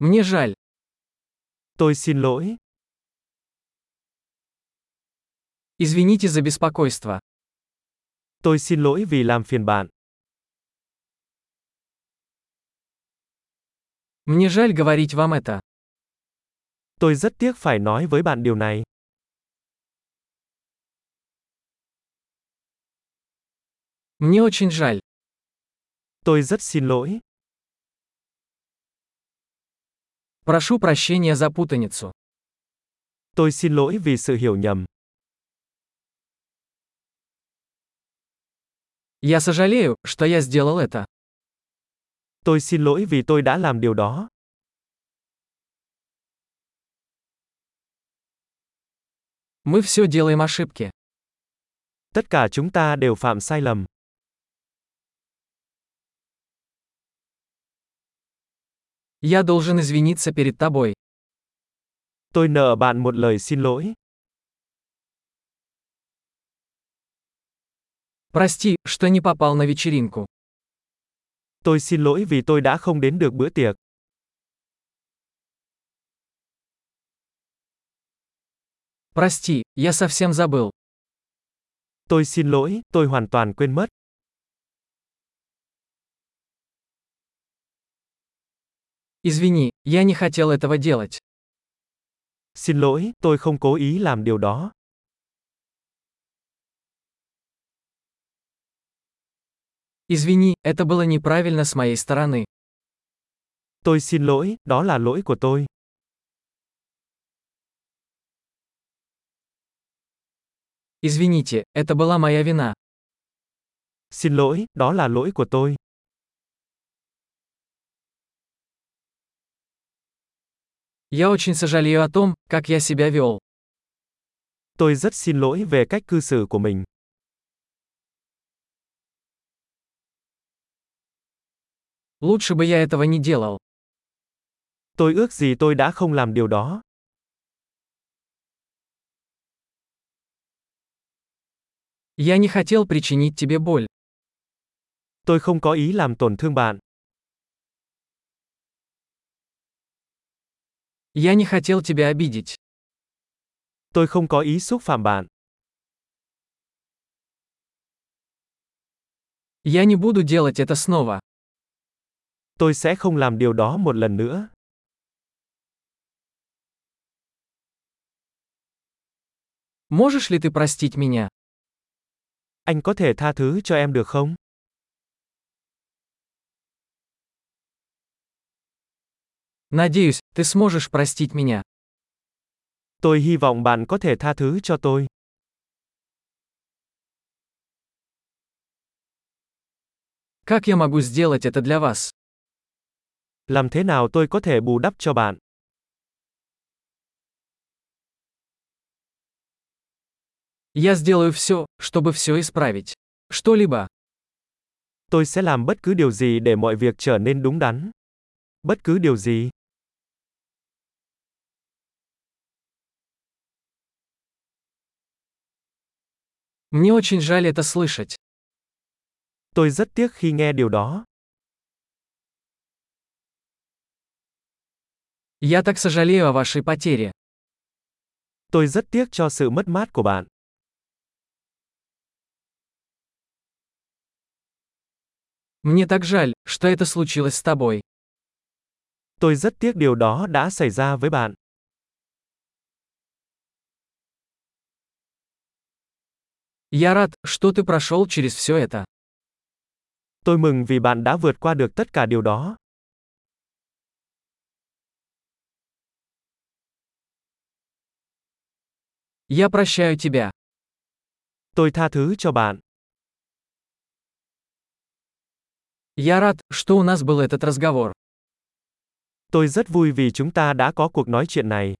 Мне жаль. Tôi xin lỗi. Извините за беспокойство. Tôi xin lỗi vì làm phiền bạn. Мне жаль говорить вам это. Tôi rất tiếc phải nói với bạn điều này. Мне очень жаль. Tôi rất xin lỗi. Прошу прощения за путаницу. Tôi xin lỗi vì sự hiểu nhầm. Я сожалею, что я сделал это. Tôi xin lỗi vì tôi đã làm điều đó. Мы все делаем ошибки. Tất cả chúng ta đều phạm sai lầm. Я должен извиниться перед тобой. Tôi nợ bạn một lời xin lỗi. Прости, что не попал на вечеринку. Tôi xin lỗi vì tôi đã không đến được bữa tiệc. Прости, я совсем забыл. Tôi xin lỗi, tôi hoàn toàn quên mất. Извини, я не хотел этого делать. Xin lỗi, tôi không cố ý làm điều đó. Извини, это было неправильно с моей стороны. Tôi xin lỗi, đó là lỗi của tôi. Извините, это была моя вина. Xin lỗi, đó là lỗi của tôi. Я очень сожалею о том, как я себя вел. Tôi rất xin lỗi về cách cư xử của mình. Лучше бы я этого не делал. Tôi ước gì tôi đã không làm điều đó. Я не хотел причинить тебе боль. Tôi không có ý làm tổn thương bạn. Я не хотел тебя обидеть. Tôi không có ý xúc phạm bạn. Я не буду делать это снова. Tôi sẽ không làm điều đó một lần nữa. Можешь ли ты простить меня? Anh có thể tha thứ cho em được không? Надеюсь, ты сможешь простить меня. Tôi hy vọng bạn có thể tha thứ cho tôi. Как я могу сделать это для вас? Làm thế nào tôi có thể bù đắp cho bạn? Я сделаю все, чтобы все исправить. Что-либо. Tôi sẽ làm bất cứ điều gì để mọi việc trở nên đúng đắn. Bất cứ điều gì. Мне очень жаль это слышать. Tôi rất tiếc khi nghe điều đó. Я так сожалею о вашей потере. Tôi rất tiếc cho sự mất mát của bạn. Мне так жаль, что это случилось с тобой. Tôi rất tiếc điều đó đã xảy ra với bạn. Я рад, что ты прошел через все это. Tôi mừng vì bạn đã vượt qua được tất cả điều đó. Я прощаю тебя. Tôi tha thứ cho bạn. Я рад, что у нас был этот разговор. Tôi rất vui vì chúng ta đã có cuộc nói chuyện này.